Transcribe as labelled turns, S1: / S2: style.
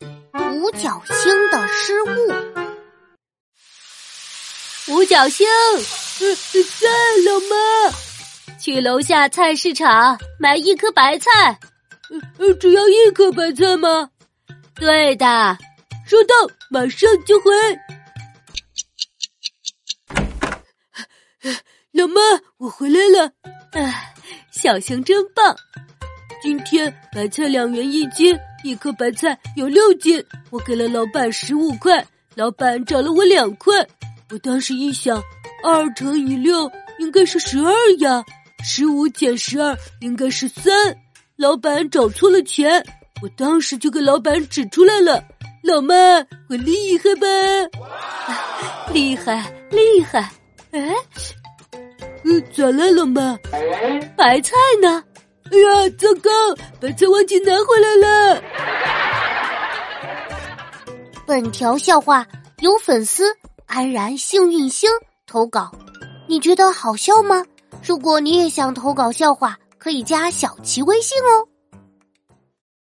S1: 五角星的失
S2: 误。五角星，
S3: 呃
S2: 嗯，在了吗？去楼下菜市场买一颗白菜。
S3: 嗯，只要一颗白菜吗？
S2: 对的，
S3: 收到，马上就回。老妈，我回来了。
S2: 唉，小熊真棒。
S3: 今天白菜两元一斤，一颗白菜有六斤。我给了老板十五块，老板找了我两块。我当时一想，二乘以六应该是十二呀，十五减十二应该是三。老板找错了钱，我当时就给老板指出来了。老妈，我厉害
S2: 吧？厉害，厉害！哎。
S3: 嗯，咋了，老妈？
S2: 白菜呢？
S3: 哎呀，糟糕，白菜忘记拿回来了。
S1: 本条笑话由粉丝安然幸运星投稿，你觉得好笑吗？如果你也想投稿笑话，可以加小齐微信哦。